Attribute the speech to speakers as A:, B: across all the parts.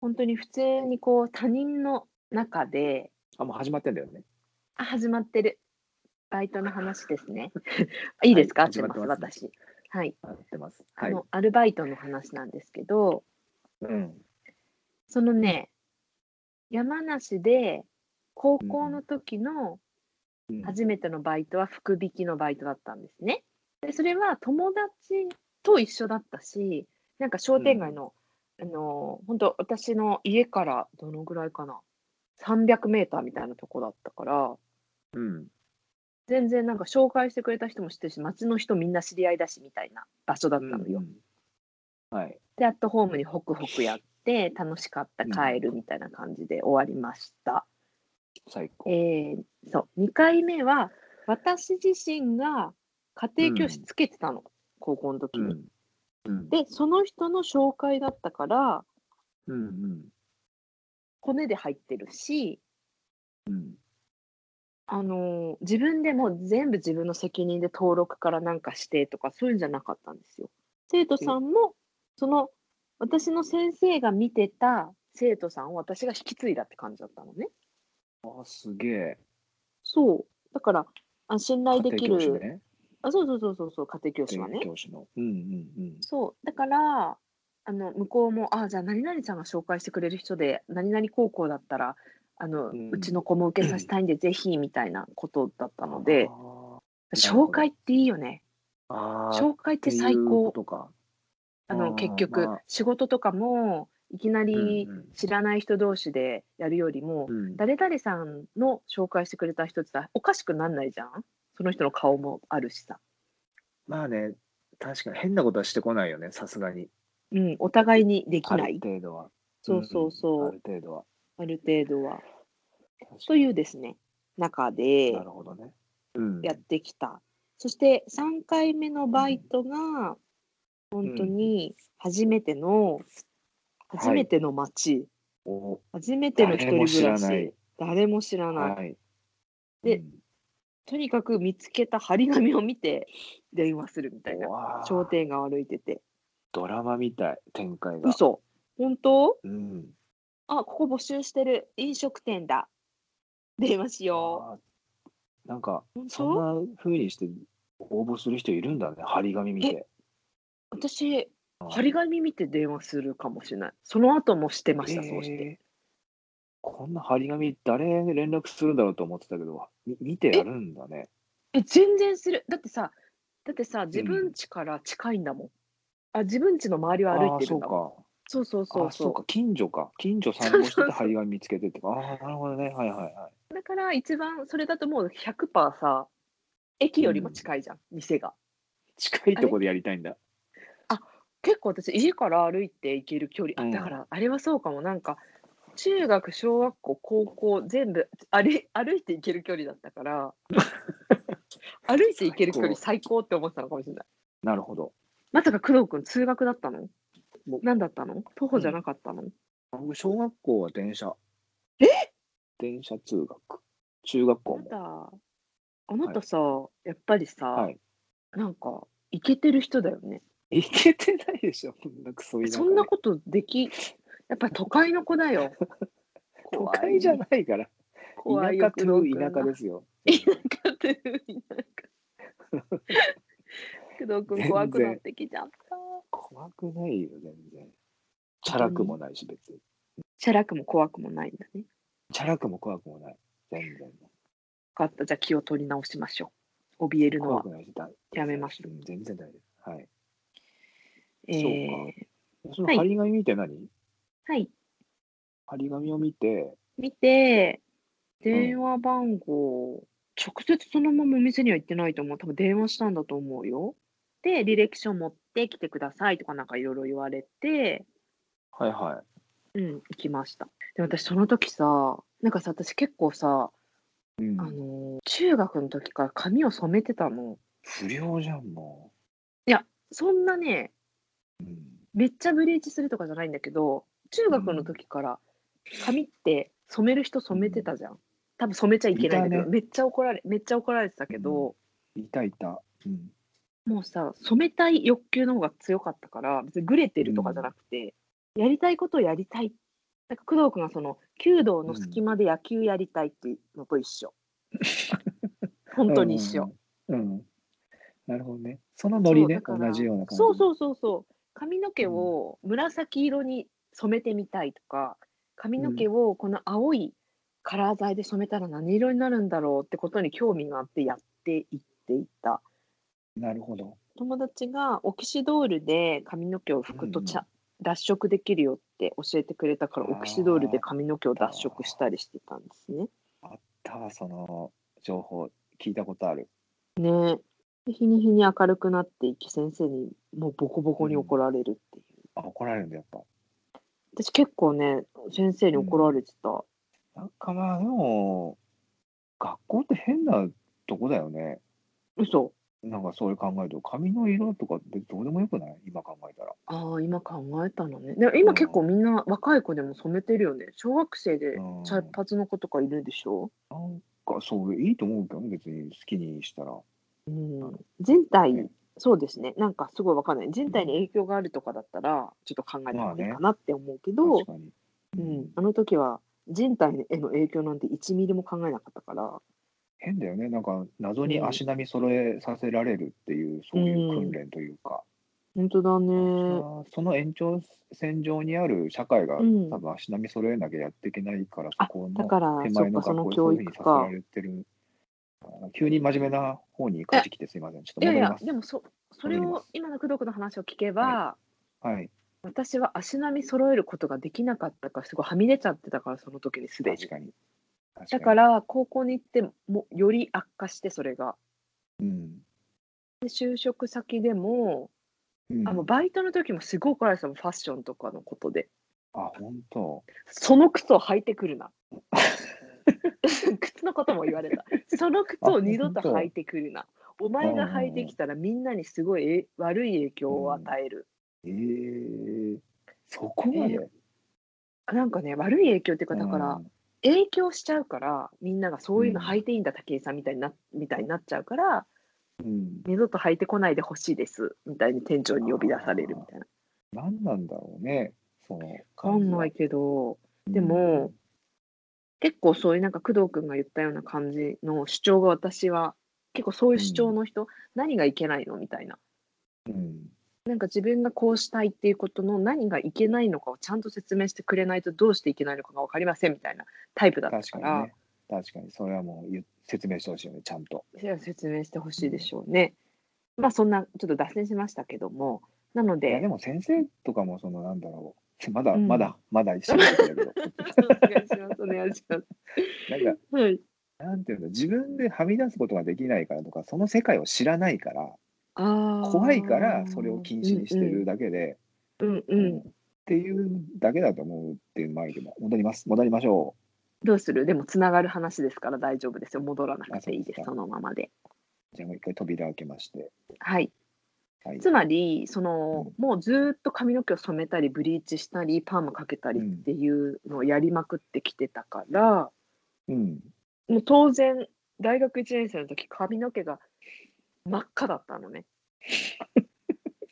A: ほんとに普通にこう他人の中で
B: あ、もう始まってんだよね。
A: あ、始まってる。バイトの話ですね。いいですか、合
B: は
A: っ
B: い
A: てます、
B: 始まってます
A: 私。はい。
B: 合ってます。
A: あ
B: はい
A: の、。アルバイトの話なんですけど、
B: うん。
A: そのね、山梨で高校の時の
B: うん
A: 初めてのバイトは福引きのバイトだったんですね。で、それは友達と一緒だったし、なんか商店街の、あの、本当私の家からどのぐらいかな、300メーターみたいなとこだったから、
B: うん。
A: 全然なんか紹介してくれた人も知ってるし町の人みんな知り合いだしみたいな場所だったのよ。
B: うんはい。
A: でアットホームにホクホクやって楽しかった帰るみたいな感じで終わりました。
B: 最高。
A: えーそう2回目は私自身が家庭教師つけてたの、高校の時
B: う
A: に。
B: ん。うん。
A: でその人の紹介だったから
B: うん。うん。
A: 骨で入ってるし、
B: うん。
A: あのー自分でもう全部自分の責任で登録からなんかしてとかそういうんじゃなかったんですよ。生徒さんもその私の先生が見てた生徒さんを私が引き継いだって感じだったのね。
B: あ、すげえ。
A: そうだからあ信頼でき
B: 家庭教師
A: る、
B: ね。
A: あそうそうそうそうそう家庭教師は
B: 家
A: ね。
B: 庭教師の。うん。うん。
A: そうだからあの向こうもあじゃあ何々ちゃんが紹介してくれる人で何々高校だったらあの、
B: う
A: うんちの子も受けさせたいんでぜひみたいなことだった
B: うん。
A: ので
B: なるほど
A: 紹介っていいよね。
B: あー。あー。
A: 紹介って最高
B: とか。
A: あの
B: あー
A: 結局
B: まあ
A: 仕事とかもいきなり
B: うんうん
A: 知らない人同士でやるよりも、
B: うん。
A: 誰々さんの紹介してくれた人ってさおかしくなんないじゃんその人の顔もあるしさ、
B: まあね。確かに変なことはしてこないよね。さすがに。
A: うん、お互いにでき
B: あ
A: な
B: る
A: い
B: 程度は。
A: そうそうそう、
B: んある程度は。
A: ある程度は
B: 確かに
A: というですね中で
B: なるほどね。うん。
A: やってきた、そして3回目のバイトが、本当に初めての、
B: い
A: 初めての街、
B: お
A: 初めての一
B: 誰も
A: 人
B: 知
A: 暮
B: ら
A: らし
B: ない。
A: 誰も知らない、
B: はい。
A: で
B: うん、
A: とにかく見つけた張り紙を見て電話するみたいな
B: わあ
A: 商店街を歩いてて
B: ドラマみたい、展開が。
A: 嘘本当
B: うん。
A: あここ募集してる飲食店だ電話しよ
B: あーなんか、
A: う本
B: そ
A: 当
B: んな風にして応募する人いるんだね、張り紙見て。
A: 私張り紙見て電話するかもしれないその後もしてました、
B: えー
A: そうして
B: こんな張り紙、誰に連絡するんだろうと思ってたけど、み見てやるんだね。
A: え全然するだってさだってさ自分家から近いんだもん、あ自分家の周りを
B: あ
A: 歩い
B: ー
A: てる
B: そ
A: ん
B: う
A: だ
B: か。
A: もんそうそうそう
B: あー
A: そ
B: そううか、近所か。近所散歩してて張り紙見つけてって。ああー、なるほどね。はいはいはい。
A: だから一番それだともう100%さ駅よりも近いじゃん、店が
B: 近いとこでやりたいんだ。
A: 結構私家から歩いて行ける距離あ、
B: うん
A: だからあれはそうかもなんか中学小学校高校全部あれ歩いて行ける距離だったから 歩いて行ける距離最高って思ってたのかもしれない
B: なるほど。
A: まさか工藤君通学だったの
B: もう
A: 何だったの徒歩じゃなかったの、
B: 僕、小学校は電車。
A: え
B: 電車通学。中学校
A: あな
B: も。
A: たあなたさ、やっぱりさ、
B: はい。
A: なんかイケてる人だよね
B: いけてないでしょ、こんなクソ田舎で
A: そんなことできやっぱり都会の子だよ
B: 都会じゃないから。
A: 怖い
B: 田舎
A: よ工
B: と
A: 藤君は
B: 田舎ですよ。
A: かってる意味なんか 工藤君怖くなってきちゃった
B: 怖くないよ、全然。チャラくもないし、別に。
A: チャラくも怖くもないんだね
B: チャラくも怖くもない。全然。
A: 分かったじゃあ気を取り直しましょう怯えるの
B: 怖
A: は
B: くないし、だ
A: やめます
B: うん全然大丈夫。はい。
A: えー
B: そうその
A: はい
B: 張り紙見て何、
A: はい
B: 張り紙を見て、
A: 見て電話番号、直接そのままお店には行ってないと思う多分電話したんだと思うよで履歴書持ってきてくださいとかなんかいろいろ言われて
B: はいは
A: うん行きましたで私その時さなんかさ私結構さ
B: い。うん
A: あのー中学の時から髪を染めてたの。
B: 不良じゃん、も
A: そんなね、
B: う。うん、
A: めっちゃブリーチするとかじゃないんだけど、中学の時から髪って染める人染めてたじゃん。多分染めちゃいけないんだけど、
B: いた
A: めっちゃ怒られ、めっちゃ怒られてたけど、
B: いたいた。うん。
A: もうさ、染めたい欲求の方が強かったから、別にグレてるとかじゃなくて、やりたいことをやりたいっなんか工藤君はその弓道の隙間で野球やりたいっていうのと一緒。本当に一緒。
B: うん。うんなるほどね。そのノリね、
A: そうだから
B: 同じような感じ。
A: そう
B: う。
A: そうそうそう。髪の毛を紫色に染めてみたいとか、髪の毛をこの青いカラー剤で染めたら何色になるんだろうってことに興味があってやっていっていた。
B: なるほど。
A: 友達がオキシドールで髪の毛を拭くとちゃ、
B: う
A: 脱色できるよって教えてくれたから
B: あー
A: オキシドールで髪の毛を脱色したりしてたんですね。
B: ただ、その情報、聞いたことある。
A: ねえ。日に日に明るくなっていき先生にもうボコボコに怒られるっていう。
B: あ、怒られるんだ、やっぱ。
A: 私結構ね先生に怒られてた。
B: なんかまあ、でも、学校って変なとこだよね。
A: 嘘。
B: なんかそういう考えと、髪の色とかってどうでもよくない今考えたら。
A: ああ今考えたのね。でも今結構みんな若い子でも染めてるよね。小学生で
B: うん
A: 茶髪の子とかいるでしょ。
B: なんかそう、いいと思うけどね、別に好きにしたら。
A: うん、人体、
B: ね
A: そうですねなんかすごいわかんない人体に影響があるとかだったらちょっと考えた方がいいかなって思うけど、
B: 確かに。
A: うん、あの時は人体への影響なんて1ミリも考えなかったから
B: 変だよね。なんか謎に足並み揃えさせられるっていう、そういう訓練というか、
A: 本当だね
B: そその延長線上にある社会が、
A: うん
B: 多分足並み揃えなきゃやっていけないから、
A: あ
B: そこ
A: だ
B: の
A: から
B: 手
A: そ
B: 前
A: っ
B: の
A: かそ
B: 学
A: の
B: 校に
A: 教
B: そういうふうに
A: 育
B: させ
A: から
B: れてる。あ急に真面目な方に帰ってきてすいません。ちょっ
A: いや
B: と
A: い
B: 戻り
A: や
B: ます。
A: でもそそれ
B: 戻りま
A: を
B: す
A: 今の工藤君の話を聞けば、
B: ははい。
A: 私は足並み揃えることができなかったからすごいはみ出ちゃってたからその時にすでに
B: 確かに。確、
A: だからら高校に行ってもより悪化してそれが
B: うん。
A: で就職先でも
B: うん
A: あもうバイトの時もすごい怒られてたもんファッションとかのことで
B: あ、本当。
A: その靴を履いてくる な靴のことも言われ たその靴を二度と履いてくるなお前が履いてきたらみんなにすごいえ悪い影響を与える、
B: ええそこまで。
A: なんかね悪い影響っていうかだから、
B: うん
A: 影響しちゃうからみんながそういうの履いていいんだ、武井さんみたいになみたいになっちゃうから
B: うん、
A: 二度と履いてこないでほしいですみたいに店長に呼び出されるみたいな
B: 何なんだろうね、その
A: わかんない
B: い。
A: けど
B: うん
A: でも、結構そういうなんか工藤君が言ったような感じの主張が私は結構そういう主張の人、何がいけないのみたいな
B: うん、
A: なんか自分がこうしたいっていうことの何がいけないのかをちゃんと説明してくれないとどうしていけないのかが分かりませんみたいなタイプだった
B: 確
A: か
B: からにね、確かに、それはもう言う説明してほしいよね、ちゃんと。
A: それは説明してほしいでしょうね。まあそんなちょっと脱線しましたけどもなの
B: いや、
A: で
B: でも先生とかも、そのなんだろう、 まだ、
A: うん
B: まだ、まだ一緒だ け
A: お
B: ど、
A: 願いしますお願いします。
B: なんか、
A: はい、
B: なんていうの、自分ではみ出すことができないからとか、その世界を知らないから、
A: あー
B: 怖いから、それを禁止にしてるだけで、
A: うんうん、うんうん
B: っていうだけだと思うっていうのもあるけど、戻ります、戻りましょ
A: どうするでもつながる話ですから大丈夫ですよ戻らなくていいです
B: あそ
A: そ
B: うですか
A: のままで。
B: う。じゃあ、もう一回扉開けまして。
A: はい
B: はい
A: つまりその、もうずーっと髪の毛を染めたりブリーチしたりパーマかけたりっていうのをやりまくってきてたから、
B: うん、
A: もう当然大学1年生の時髪の毛が真っ赤だったのね。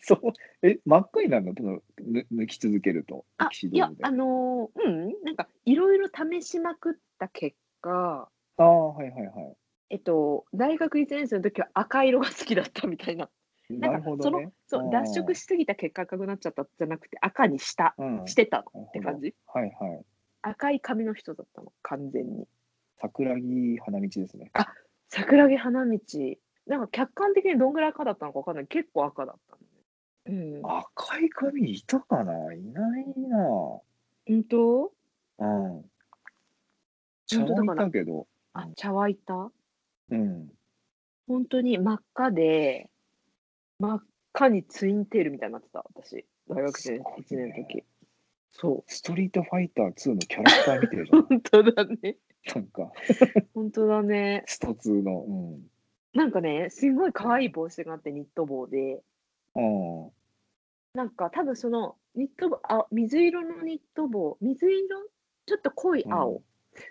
B: そうえ真っ赤になるのそのぬ抜き続けると
A: あ
B: 騎士
A: い
B: 道
A: や
B: 具で
A: あのーうんなんかいろいろ試しまくった結果
B: ああはいはいは
A: えっと大学1年生の時は赤色が好きだったみたいな。
B: い
A: なん
B: な
A: か
B: るほどね
A: そう
B: あー
A: 脱色しすぎた結果赤くなっちゃったじゃなくて赤にした
B: うん
A: してたっ
B: なるほ
A: て
B: ど
A: 感じ
B: はいはい
A: 赤い髪の人だったの完全に
B: 桜木花道ですね
A: 桜木花道なんか客観的にどんぐらい赤だったのかわかんない結構赤だったのねうん
B: 赤い髪いたかないないな
A: 本当
B: うん
A: 本当
B: 茶
A: だ
B: はい
A: から
B: たけど
A: あ茶はいた
B: うん
A: 本当に真っ赤で真っ赤にツインテールみたいになってた私大学
B: す
A: 生1
B: ごいね
A: 年の時、そ
B: ストリートファイター2のキャラクター見てるじ ゃ
A: う本当だね
B: んなんか
A: 本当だね
B: スト2の
A: なんかねすごい可愛い帽子があってニット帽で
B: うんうん
A: なんか多分そのニット帽あ水色のニット帽水色ちょっと濃い青、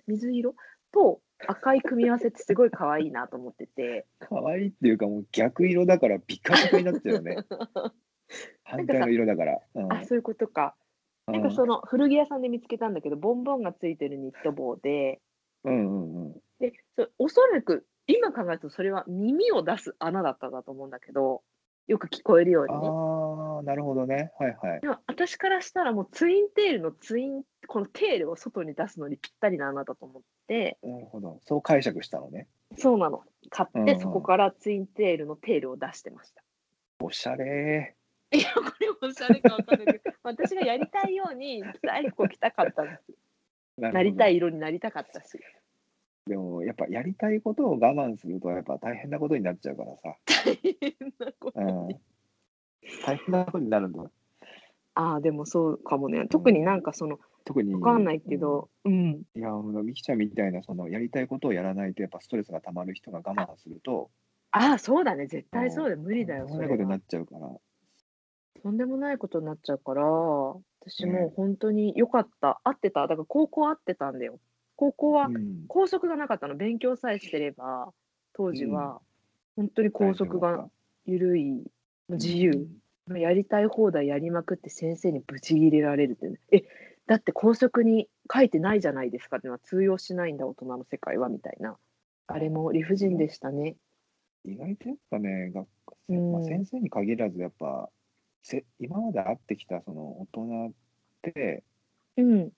A: 水色と赤い組み合わせってすごい可愛いなと思ってて
B: 可愛いっていうかもう逆色だ からビカビカになっちゃうよね反対の色だから、うん、
A: あそういうことかなんかその古着屋さんで見つけたんだけど、ボンボンがついてるニット帽で、
B: うんうんうん。
A: で、そおそらく今考えるとそれは耳を出す穴だったんだと思うんだけど、よく聞こえるようにね。
B: ああ、なるほどね。はいはい。
A: でも私からしたらもうツインテールのツイン、このテールを外に出すのにぴったりな穴だと思って、
B: なるほど。そう解釈したのね。
A: そうなの。買
B: う
A: っ
B: んう
A: て
B: ん
A: そこからツインテールのテールを出してま した。
B: おしゃれ
A: いや、これおしゃれかわかんないけど、まあ私がやりたいように着たい服を着たかったんです。
B: ー。な
A: なりた
B: い。
A: い色になりたかった し。
B: でも、やっぱやりたいことを我慢すると、やっぱ大変なことになっちゃうからさ。うん。
C: 大変なことになるんだ。
A: ああ、でもそうかもね。特になんかその、
B: 特に。
A: わかんないけど、うん。
B: いや、あのミキちゃんみたいな、その、やりたいことをやらないと、やっぱストレスが溜まる人が我慢すると、
A: ああ、そうだね。絶対そうで無理だよ。
B: そ
A: そ
B: ん
A: れ
B: なことにな
A: は
B: っちゃうから。
A: とんでもないことになっちゃうから、私もう本当に良かった。合ってた。だから高校合ってたんだよ。高校は
B: うん。
A: 校則がなかったの。勉強さえしてれば、当時は、本当に校則が緩い、自由。やりたい放題やりまくって先生にブチギレられるって、ね、えだって校則に書いてないじゃないですかってのは通用しないんだ大人の世界はみたいなあれも理不尽でしたね
B: 意外とやっぱね、学
A: うん
B: まあ、先生に限らず、やっぱ、せ今まで会ってきたその大人って、
A: うん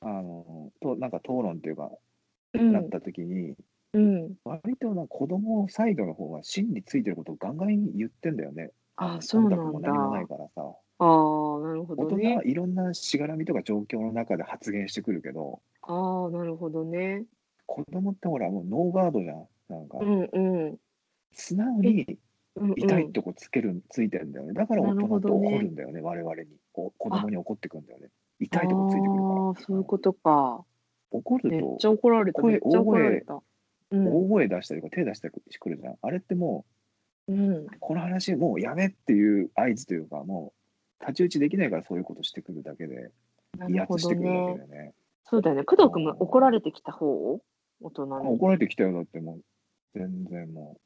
B: あのとなんか討論というか、
A: う
B: なっ
A: ん
B: た時に、
A: うん
B: 割とな子供サイドの方が真理ついてることをガンガン言ってんだよね。
A: ああそうな
B: 忖度も
A: んだ
B: 何もないからさ。
A: ああなるほ
B: 大
A: ど
B: 人
A: ね
B: はいろんなしがらみとか状況の中で発言してくるけど、
A: ああなるほどね
B: 子供ってほら、もうノーガードじゃん。なんか
A: う、んうん
B: 素直に
A: うん
B: 痛いとこつける、ついてるんだよね。だから大人って怒るんだよね、我々に。こう子供に怒ってくんだよね。痛いとこついてくるから。
A: ああそういうことか
B: 怒
A: めっ
B: る
A: ちゃ
B: と、
A: 怒られた
B: 声
A: めっちゃ怒られたうん
B: 大声出したりとか手出したりくるじゃん。あれっても
A: うん
B: う、この話もうやめっていう合図というか、もう、太刀打ちできないからそういうことしてくるだけで。
A: な
B: 威
A: るほ
B: 圧し
A: ど
B: てくるだけ
A: ね
B: でね。
A: そうだよね工藤君も怒られてきた方大人
B: あ
A: の
B: 怒られてきたよ、だってもう、全然も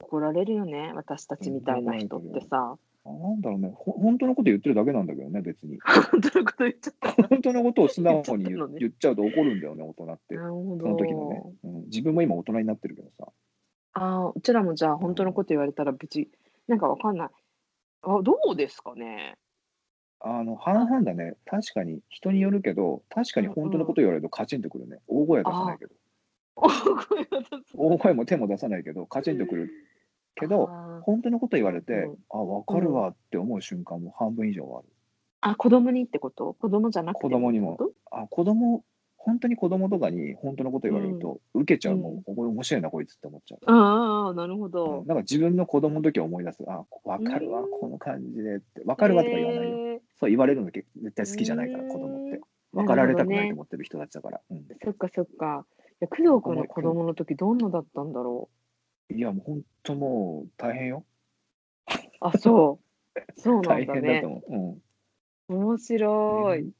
A: 怒られるよね私たちみたいな人ってさ
B: う。あなんだろうねほ、本当のこと言ってるだけなんだけどね、別 に。
A: 本当のこと言っちゃった
B: 本当のことを素直
A: 言っ
B: に
A: ちゃった
B: 言
A: のね
B: 言っちゃうと怒るんだよね、大人って
A: な。るほど
B: その時のね、うん。自分も今大人になってるけどさ。
A: ああうちらもじゃあ本当のこと言われたらぶちなんかわかんないあどうですかね
B: あの、半々だね。確かに、人によるけど、確かに本当のこと言われるとカチンとくるね。大声は出さないけど。
A: 大声を出す
B: 大声も手も出さないけど、カチンとくるけど、
A: あー
B: 本当のこと言われて、
A: うん
B: あ、わかるわって思う瞬間も半分以上はある。
A: あ子供にってこと子供じゃなくて
B: 子供にも
A: ってこ
B: あ子供本当に子供とかに本当のこと言われると、受けちゃうもん、これ面白いなこいつって思っちゃう、
A: とあーあーなるほ
B: うん
A: ど、
B: なんか自分の子供の時を思い出すあ分かるわ、
A: うん
B: この感じでって分かるわとか言わないよ、
A: へー
B: そう言われるの絶対好きじゃないから、
A: うん
B: 子供って
A: な
B: 分
A: るほどね
B: かられたくないと思ってる人たちだから、う
A: そっかそっかいや工藤君の子供の時どんなだったんだろ
B: ん、いやもう本当もう大変よ
A: うあ そうそうなん
B: 大
A: だ
B: 変だ
A: ね
B: と思う、うん
A: 面白い、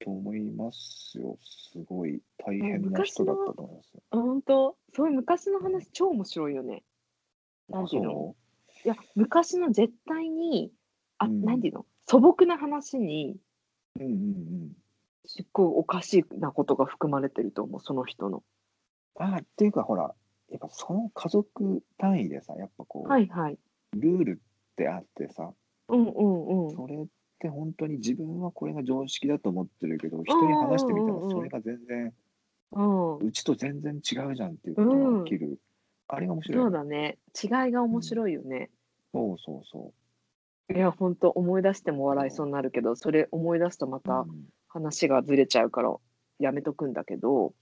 B: と思いますよすごい大変な人だったと思いますよ
A: あ本当そういう昔の話超面白いよね。なんていうのいや昔の絶対にあ、
B: うん
A: なんていうの素朴な話に
B: そううんうんうん
A: すっごいおかしいなことが含まれてると思うその人の。
B: ああっていうかほらやっぱその家族単位でさやっぱこう、
A: はいはい。
B: ルールってあってさ
A: うんうんうん。
B: それって本当に自分はこれが常識だと思ってるけど人に話してみたら
A: うんうんうんうん
B: それが全然
A: うん、
B: うちと全然違うじゃんっていうことが起きる、あれが面白い
A: そう
B: よね
A: だね違いが面白いよね。
B: そうそうそ
A: いや本当思い出しても笑いそうになるけどそれ思い出すとま
B: う、う
A: た
B: ん
A: 話がずれちゃうからやめとくんだけど。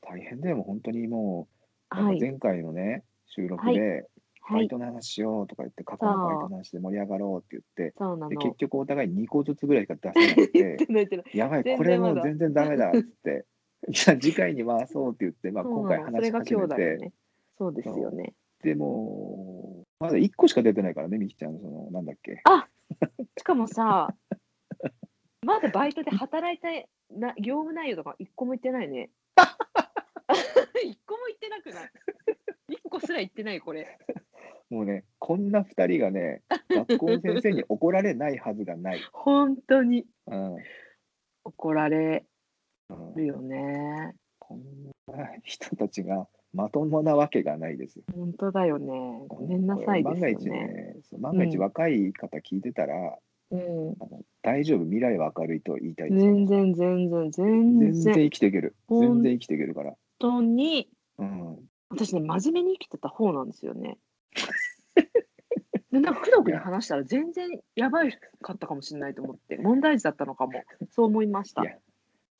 B: 大変だよもう本当にもうなん
A: は
B: か
A: い
B: 前回のね収録
A: はい
B: で
A: は
B: バイ
A: い。
B: トの話しようとか言って過去のバイトの話で盛り上がろうって言って
A: そうな
B: で結
A: の。
B: 局お互い2個ずつぐらいしか出せなく て
A: 泣いてる
B: やばい、
A: 全然
B: これも
A: ま
B: う
A: だ
B: 全然ダメだ っつって、じゃあ次回に回そうって言って、まあ、
A: そうな
B: 今回
A: のそ
B: 話
A: れ
B: し
A: が
B: 始
A: 兄
B: め
A: 弟
B: て
A: よ、ね。そうですよね。
B: でも、まだ1個しか出てないからね、みきちゃんの、その、なんだっけ。
A: しかもさ、まだバイトで働いたな業務内容とか一個も言ってない ね。一個も言ってなくない。一個すら言ってないこれ。
B: もうね、こんな2人 がね、学校の先生に怒られないはずがない。
A: 本当に
B: うんうん
A: 怒られるよね。
B: こんな人たちがまともなわけがないですよ。
A: 本当だよね。ごめんなさいですよ
B: これ万が一
A: ね。
B: ね、そう万が一
A: うん
B: 若い方聞いてたら、
A: うん。
B: 大丈夫、未来は明るいと言いたいですよ。
A: 全然全然全
B: 全然
A: 然
B: 生きていける。
A: ほん
B: 全然生きていけるから。
A: 本当に
B: うん。
A: 私ね真面目に生きてた方なんですよ ね。でなんか工藤君に話したら全然やばいかったかもしれないと思って問題児だったのかもそう思いました
B: い。や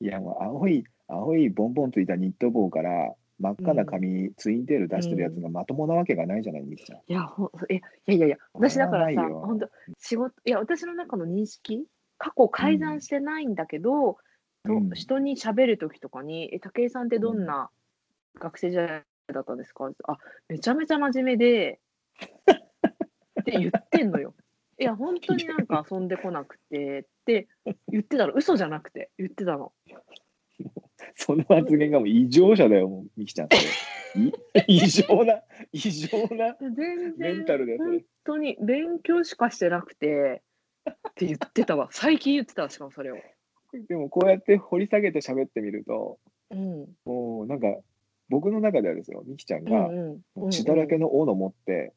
B: いや、もう青い、青いボンボンついたニット帽から、真っ赤な髪、ツインテール出してるやつがまともなわけがないじゃない、みきちゃん。
A: いや、ほんえいやいやいや、私だから
B: それ
A: さ、
B: はないよ
A: 本当仕事、いや、私の中の認識、過去改ざんしてないんだけど、と
B: うん
A: 人に喋るときとかに、え、武井さんってどんな学生時代だったんですか、あ、めちゃめちゃ真面目で、って言ってんの よ。いや、本当になんか遊んでこなくてって言ってたの、嘘じゃなくて言ってたの。
B: その発言がもう異常者だよ、もうみきちゃんって。い異常な、異常な。
A: 全
B: メ
A: 然
B: ンタルでそれ
A: 本当に勉強しかしてなくてって言ってたわ最近言ってたわしかもそれを。
B: でもこうやって掘り下げて喋ってみると、
A: うん
B: もうなんか、僕の中ではですよ、みきちゃん
A: う
B: が
A: んうんうん
B: も
A: う
B: うん血だらけの斧持って、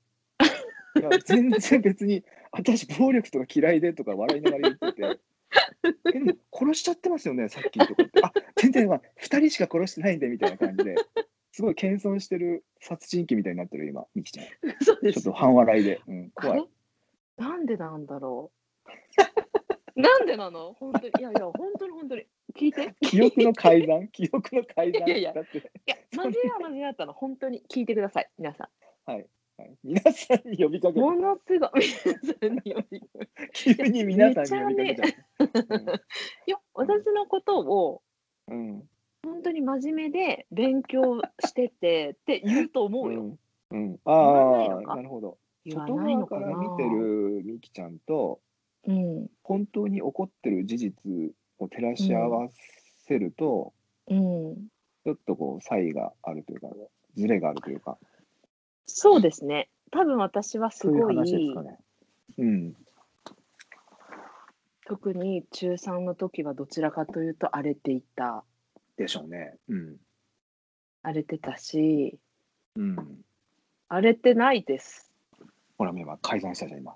B: いや全然別に、私、暴力とか嫌いでとか笑いながら 言ってて、えでも殺しちゃってますよね、さっきとかって、あ全然、まあ、2人しか殺してないんでみたいな感じで、すごい謙遜してる殺人鬼みたいになってる、今、みきちゃん。ち
A: そうで
B: ょっ
A: す
B: と半笑いで、うん、怖
A: あ
B: い
A: れ。なんでなんだろ うなんでなの本当にいやいや本当に本当に聞いて
B: 記憶の改ざん 記憶の改ざん
A: いやいや
B: だって、
A: いやマジはマジだったの本当に聞いてください皆さ
B: はい皆さんに呼びか
A: ん
B: け
A: も
B: て、
A: のすごい皆さんに呼びかけ
B: 急に皆さんに呼びかけちゃう。
A: いや私のことを
B: うんうん
A: 本当に真面目で勉強しててって言うと思うよ、
B: うんうん、
A: わない
B: あ
A: のか
B: あ、なるほど。
A: 言わ
B: 外
A: ない
B: 側
A: のか
B: か
A: な
B: ら見てるみきちゃんと、
A: うん
B: 本当に起こってる事実を照らし合わせると、
A: うん
B: ちょっとこう、差異があるというか、ズレがあるというか、
A: そうですね。多分私はす
B: そういう
A: ごい
B: 話ですかね。うん、
A: 特に中3の時はどちらかというと荒れていた
B: でしょうね。うん。
A: 荒れてたし
B: うん、
A: 荒れてないです。
B: ほら、今、改ざんしたじゃん、今。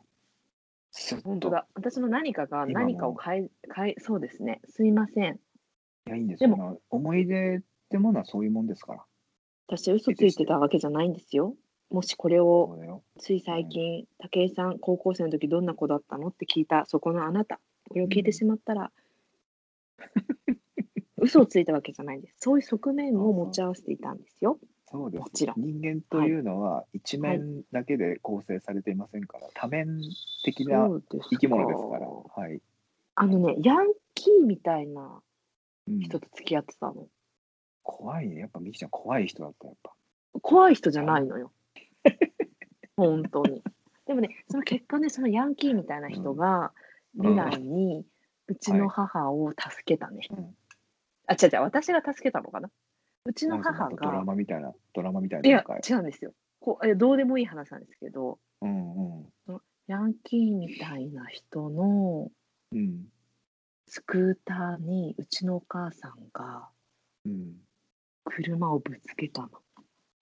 B: スッと
A: 本当だ。私の何かが
B: 今も
A: 何かを変え変えそうですね。すいません。
B: いや、いいんです
A: で
B: よ。
A: も
B: まあ思い出ってものはそういうもんですから。
A: 私嘘ついてたわけじゃないんですよ。もしこれ
B: そ
A: を
B: うだよ。
A: つい最近武井さん高校生の時どんな子だったのって聞いたそこのあなたこれを聞いてしまったら、嘘をついたわけじゃないんです。そういう側面も持ち合わせていたんですよ。
B: そうです。
A: もちろん
B: 人間というのは一面だけで構成されていませんから、多面的な
A: そうですか
B: 生き物ですから。はい。
A: あのね、ヤンキーみたいな
B: うん
A: 人と付き合ってたの。
B: 怖いね。やっぱみきちゃん怖い人だった。やっぱ。
A: 怖い人じゃないのよ。本当に。でもね、その結果ね、そのヤンキーみたいな人が、
B: うん
A: 未来にうち
B: は
A: の
B: い
A: 母を助けたね。
B: うん
A: あ、違う違う、私が助けたのかな。うちの
B: なんか
A: 母
B: またドラ
A: が、
B: マみたいなドラマみたい
A: い
B: な
A: や
B: 世界、
A: 違うんですよ。こうえどうでもいい話なんですけど、
B: うんうん
A: ヤンキーみたいな人の
B: うん
A: スクーターにうちのお母さんが
B: うん。
A: 車をぶつけたの。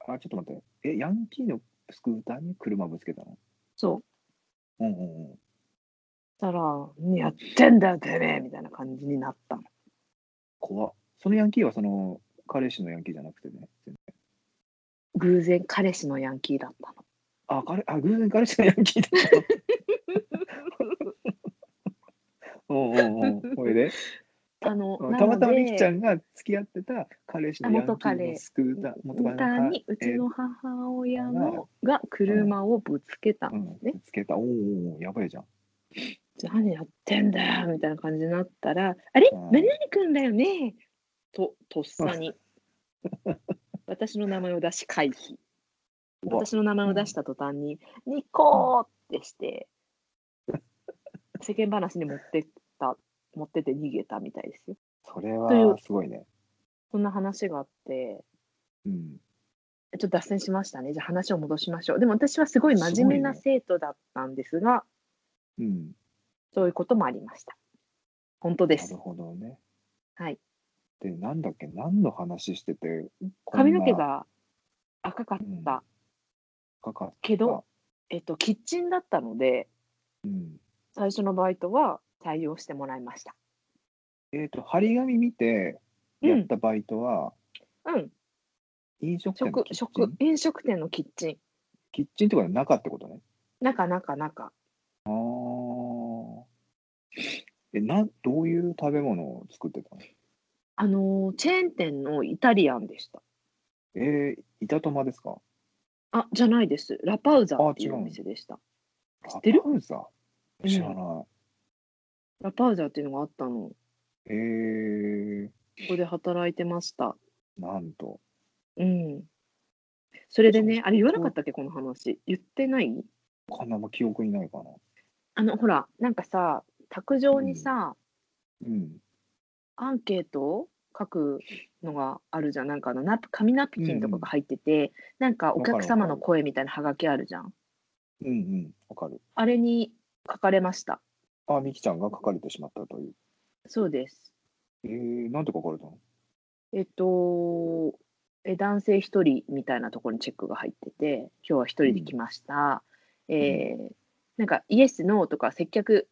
B: あちょっと待って。えヤンキーのスクーターに車ぶつけたの。
A: そう。
B: うんうんうん。
A: したら「何やってんだよてめえ」みたいな感じになったの
B: 怖っ。そのヤンキーはその彼氏のヤンキーじゃなくてね。
A: 偶然彼氏のヤンキーだったの
B: あ彼あ偶然彼氏のヤンキーだった。 うんうんうん。これで。
A: あの
B: うんたまたまみきちゃ
A: ん
B: んが付き合ってた彼氏のヤンキ
A: 元彼
B: ーのスクーター元彼
A: 歌に
B: え
A: うちの母親のが車をぶつけた
B: う
A: の
B: ん
A: ね
B: つけたおーおーやばいじゃん
A: 「何やってんだよ」みたいな感じになったら「あれ
B: うん
A: 何々くんだよね」ととっさ に私の名前を出し回避
B: うわ
A: 私の名前を出した途端に「ニコー!」ってして世間話に持ってった持ってて逃げたみたいですよ
B: それ
A: という
B: はすごいね
A: そんな話があって
B: う
A: ち
B: ん
A: ょっと脱線しましたね。じゃあ話を戻しましょう。でも私はすごい真面目な
B: す
A: 生徒だったんですが、
B: うん。
A: そういうこともありました。本当で
B: なる
A: す。
B: ほどね。
A: はい。
B: で、なんだっけ、何の話してて、こんな
A: 髪の毛が赤かった、
B: うんかかっ
A: け
B: あ
A: ど、えっと、キッチンだったので、
B: うん。
A: 最初のバイトは採用してもらいました。
B: えっ、と、張り紙見て
A: うん
B: やったバイトは、
A: うん、
B: 飲食店の
A: 食
B: キッチン
A: 食飲食店のキッチン。
B: キッチンとかではなかってことね。
A: 中中中。
B: あーえ、な、どういう食べ物を作ってたの
A: あのーチェーン店のイタリアンでした。
B: えー、板玉ですか
A: あ、じゃないです。ラパウザってい
B: あ違
A: う
B: う
A: お
B: の
A: 店でした。知ってる
B: ラパウザ
A: うん
B: 知らない。
A: ラパウザっていうのがあったの。
B: え
A: ここで働いてました。
B: ー、なんと。
A: うん。それでね、あれ言わな
B: そう
A: かったっけ、この話。言ってない
B: こんなも記憶にないかな。
A: あの、ほら、なんかさ、卓上にさ、
B: うん。
A: アンケートを書くのがあるじゃん。なんかあのナプ、紙ナプキンとかが入ってて、なんかお客様の声みたいなハガキあるじゃん。
B: うんうん。わかる。
A: あれに書かれました。
B: あ、みきちゃんが書かれてしまったという。
A: そうです。
B: えー、なんて書かれたの
A: えっと、え男性一人みたいなところにチェックが入ってて、今日は一人で来ました。えーなんかイエス、ノーとか接客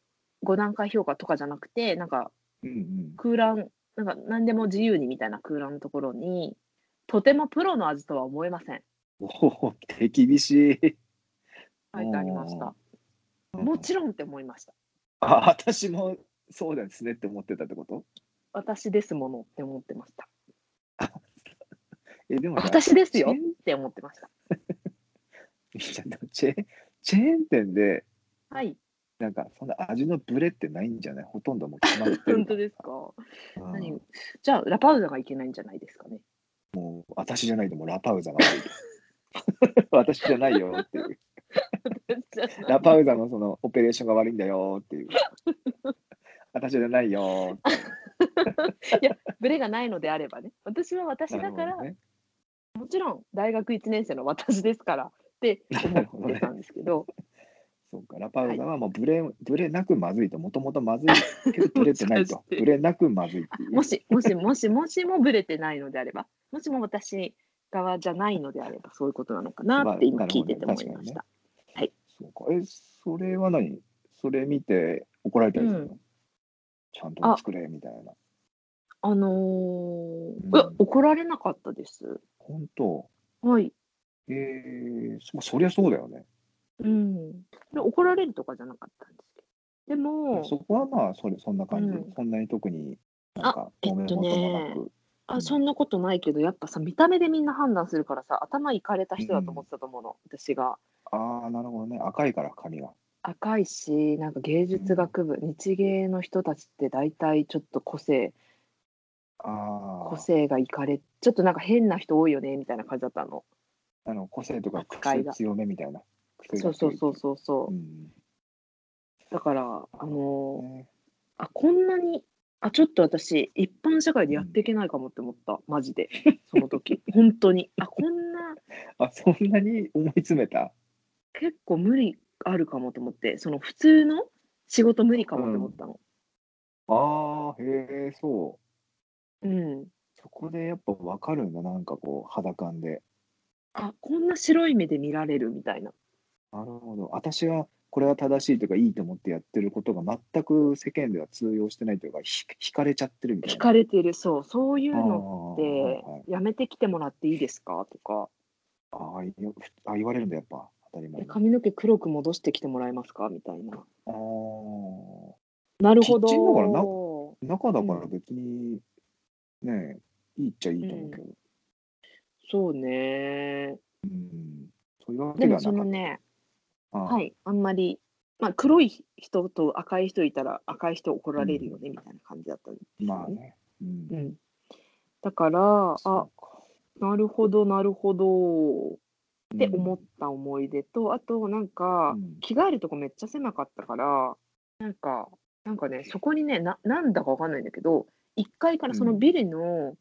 A: 5段階評価とかじゃなくて、なんか
B: うんうん。
A: 空欄、なんか何でも自由にみたいな空欄のところに、とてもプロの味とは思えません。
B: おお、手厳しい。
A: 書いてありました。もちろんって思いました。
B: あ、私もそうですねって思ってたってこと
A: 私ですものって思ってました。
B: え、でもさ
A: 私ですよ
B: チェーン
A: って思ってました。
B: みきちゃん、でもチェーンチェーン店で、
A: はい、
B: なんか、そんな味のブレってないんじゃないほとんどもう決まってる。
A: 本当ですか。
B: うん
A: 何じゃあ、ラパウザがいけないんじゃないですか ね。
B: もう、私じゃないともうラパウザが悪い。 私じゃないよっていう。ラパウザのそのオペレーションが悪いんだよっ ていう。私じゃないよーって
A: ブレがないのであればね。私は私だから、もちろん大学1年生の私ですからって
B: なるほど
A: 思って
B: ね
A: たんですけど、
B: そうか、ラパウザはもうブレ、ブレなくまずいと、もともとまずいけど、ブレってな い
A: も
B: と
A: し。かして
B: ブレなくまずいっていう
A: も。し、もし、もし、もしもブレてないのであれば、もしも私側じゃないのであれば、そういうことなのかなって今聞いてて思いました。
B: そうか、え、それは何それ見て怒られたりするの、
A: う
B: ちゃんと作れみたいな。
A: あのー
B: うん
A: え怒られなかったです。
B: 本当
A: はい。
B: えー、そそりゃそうだよね。
A: うん。で怒られるとかじゃなかったんですけど。でも、
B: そこはまあ、それ、そんな感じ。
A: うん
B: そんなに特になんか、
A: えっ
B: 揉
A: と
B: め
A: ね
B: 事もなく。
A: あそんなことないけど、やっぱさ、見た目でみんな判断するからさ、頭いかれた人だと思ってたと思うの、私が。
B: ああ、なるほどね。赤いから、髪が。
A: 赤いし、なんか芸術学部、日芸の人たちって大体ちょっと個性、
B: あ
A: 個
B: あ。
A: 性がいかれ、ちょっとなんか変な人多いよね、みたいな感じだったの。
B: あの個性とか
A: 扱い
B: 癖
A: が
B: 強めみたいな。癖
A: そ
B: が
A: うそ
B: 強
A: う
B: い
A: そうそうそうう。
B: ん
A: だから、あのー
B: ね
A: あ、こんなに、あ、ちょっと私、一般社会でやっていけないかもって思った、マジ で。その時。本当に。あ、こんな、
B: あそんなに思い詰めた
A: 結構無理あるかもと思って、その普通の仕事無理かもと思ったの。
B: ああへえそう
A: うん。
B: そこでやっぱ分かるんだなんかこう肌感で
A: あ、こんな白い目で見られるみたいな。
B: なるほど私はこれは正しいというかいいと思ってやってることが全く世間では通用してないというかひ惹かれちゃってるみたいな
A: 惹かれてる、そう、そういう
B: あー
A: の
B: は
A: っ
B: い
A: て
B: はい、
A: やめてきてもらっていいですかとか、
B: あーいやふあ言われるんだやっぱ当たり前
A: え
B: に
A: 髪の毛黒く戻してきてもらえますかみたいな。
B: あー
A: なるほど。
B: キッチンだからな中だから別に、ねえいいっちゃいいと思うけど、
A: そうね。
B: うんそういうわけ
A: で
B: で
A: も
B: はな
A: そ
B: か
A: の
B: っ
A: ね、
B: た。は
A: はい、あんまり、まあ、黒い人と赤い人いたら赤い人怒られるよね、みたいな感じだったんですよ
B: まあね。うん
A: う、ん。だから、あ、なるほど、なるほど。って思った思い出と、あとなん
B: た
A: か、着替えるとこめっちゃ狭かったからなんかなんかねそこにねななんだかわかんないんだけど1階からそのビルの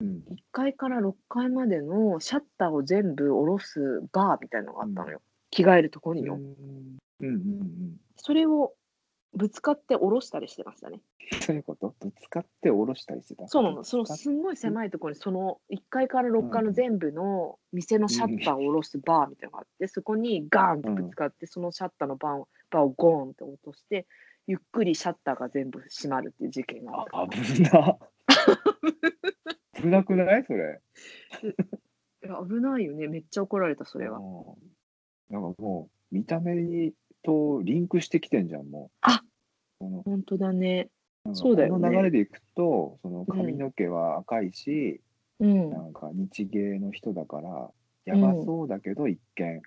B: うん
A: 1階から6階までのシャッターを全部下ろすバーみたいなのがあったのよ、着替えるとこによ、
B: うんうんうん
A: それをぶつかって下ろしたりしてましたね
B: どういうことぶつかって下ろしたりしてた
A: そうなのその
B: ぶつかっ
A: すんごい狭いところにその1階から6階の全部の店のシャッターを下ろすバーみたいなのがあってそこにガーンってぶつかってそのシャッターのバーをバーをゴーンって落としてゆっくりシャッターが全部閉まるっていう事件があった
B: あ 危な危なくないそれ
A: いや危ないよねめっちゃ怒られたそれは
B: うんなんかもう見た目とリンクしてきてんじゃんもう
A: あ
B: その
A: 本当だね
B: なんか
A: そうだよね
B: この流れでいくとその髪の毛は赤いし、
A: うん
B: なんか日芸の人だからやばそうだけど一見、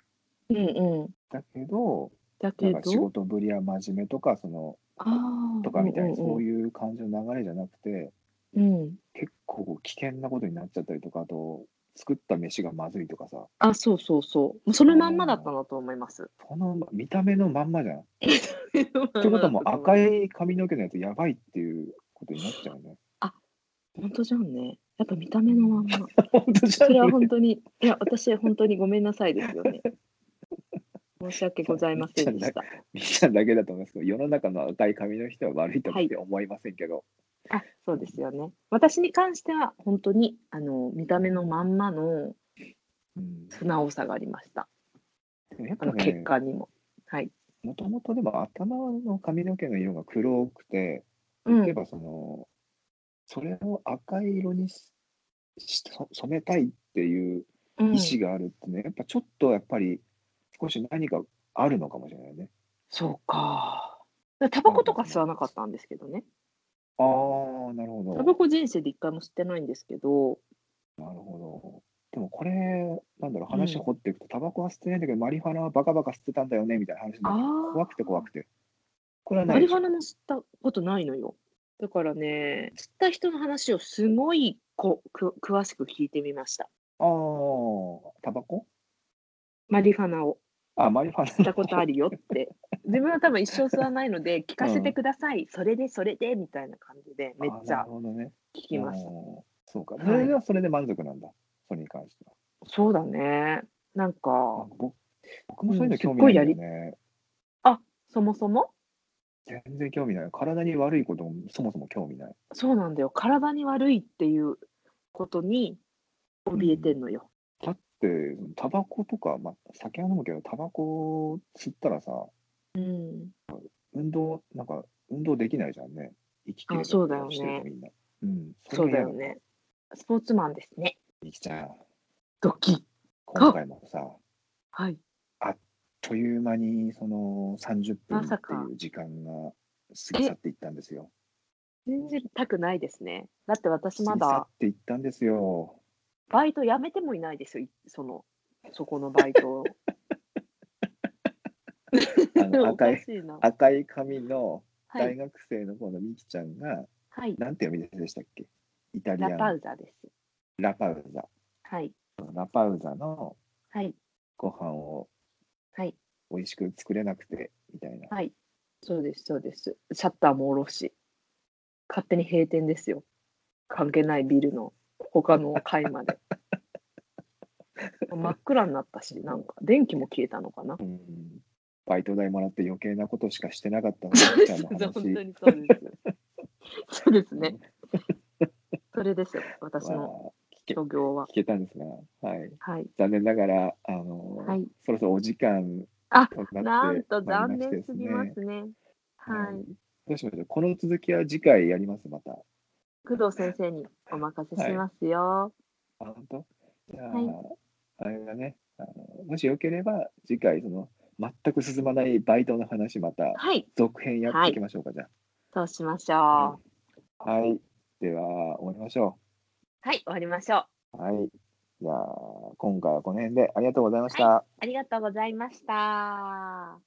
A: うんうん
B: だけど
A: だ
B: な
A: け
B: ん
A: ど
B: か仕事ぶりは真面目とかその
A: ああ
B: とかみたいな、そう
A: い
B: いう感じの流れじゃなくて
A: うん、うん、
B: 結構危険なことになっちゃったりとかあと作った飯がまずいとかさ
A: あそうそうそうもうそのまんまだったなと思い ます。
B: その見た目のまんまじゃん。っ
A: というこ
B: てことはもう赤
A: い
B: い髪の毛のやつやばいっていうことになっちゃうね。
A: 本当じゃんねやっぱ見た目のまんま
B: 本当じゃ
A: それは
B: ん
A: 本当にいや私本当にごめんなさいですよ ね申し訳ございませんでした
B: みんなだけだと思いますけど世の中の赤い髪の人は悪いとかって思いませんけど、
A: あそうですよね私に関しては本当にあの見た目のまんまの
B: うん
A: 素直さがありました
B: でもやっ
A: あ
B: ぱ
A: の結
B: ね
A: 果にも、はい
B: もともとでも頭の髪の毛の色が黒くて
A: うん
B: 例えばそのそれを赤い色にしし染めたいっていう
A: うん
B: 意志があるってね、やっぱちょっとやっぱり少し何かあるのかもしれないね。
A: そうかだからタバコとか吸わなかったんですけどね
B: ああなるほど。
A: タバコ人生で一回も吸ってないんですけど
B: なるほど。でもこれ、なんだろう、話掘っていくと、タバコは吸ってないんだけど、マリファナはバカバカ吸ってたんだよね、みたいな話になって
A: あー
B: 怖くて怖くて。これはな
A: マ
B: い
A: リフ
B: でしょ
A: ァナも吸ったことないのよ。だからね、吸った人の話をすごいこく詳しく聞いてみました。
B: ああ、タバコ
A: マリファナを
B: あ、マリファナ。
A: 吸ったことあるよって。自分は多分一生吸わないので、 聞かせてください、それでそれでみたいな感じで、めっち
B: あーな
A: ゃ
B: るほどね。
A: 聞きまし
B: あ
A: た。
B: ーそうか。
A: はい
B: それではそれで満足なんだ、それに関しては。
A: そうだね。なん
B: あ
A: か、
B: 僕僕もそ
A: う
B: ういう
A: ん
B: の興味ないんだよ
A: す
B: ね。
A: そもそも
B: 全然興味ない。体に悪いこともそもそも興味ない。
A: そうなんだよ。体に悪いっていうことに怯えてんのよ。
B: だって、タバコとか、まあ、酒は飲むけど、タバコ吸ったらさ、
A: うん。
B: 運動、なんか、運動できないじゃんね。生きてる
A: あそうだよね
B: してるとみんな。うん。
A: そうだ
B: れが嫌
A: よね。スポーツマンですね。
B: みきちゃん、
A: ドキッ。
B: 今回もさ、
A: はい。
B: という間に、その、30分
A: ま
B: って
A: さ
B: い
A: か
B: う時間が過ぎ去っていったんですよ。
A: 信じたくないですね。だって私ま
B: 過ぎ去
A: だ
B: っていったんですよ。
A: バイト辞めてもいないですよ、いその、そこのバイト を。
B: あ の
A: おか
B: 赤い
A: し、いな。
B: 赤い髪の
A: は
B: 大
A: い。
B: 学生の方のみきちゃんが、
A: はい。
B: なんて読み出でしたっけイタリア
A: ラパ
B: ン
A: ウザです。
B: ラパウザ。
A: はい。
B: ラパウザの
A: はい。
B: ご飯を
A: はい。
B: 美味しく作れなくて、みたいな。
A: はい。そうです、そうです。シャッターも下ろし。勝手に閉店ですよ。関係ないビルの他の階ま で。真っ暗になったし、なんか電気も消えたのかな。
B: うんバイト代もらって余計なことしかしてなかったみ
A: そう
B: き
A: で
B: ちゃん
A: す、
B: の
A: 本当
B: 話。
A: にそうです。そうですね。それですよ、私の
B: は聞け
A: 漁業は
B: 聞。けたんですが、はい、
A: はい。
B: 残念ながら、あの
A: はい
B: そろそろお時間
A: あ
B: となって
A: なんと
B: まいり
A: 残
B: まして
A: 念
B: ですす
A: ぎ
B: ね。
A: ますね。は
B: はい
A: い。
B: どうしましょう。この続きは次回やります、また。
A: 工藤先生にお任せしますよ。
B: あ本当じゃあ、
A: はい
B: あれだねあの、もしよければ次回、その全く進まないバイトの話、また
A: はい。
B: 続編やっていきましょうか、じゃ
A: そうしましょう。
B: あ。はい、では終わりましょ
A: はい、終わりましょう。
B: う。はい、じゃあ今回はこの辺でありがとうございました。
A: ありがとうございました。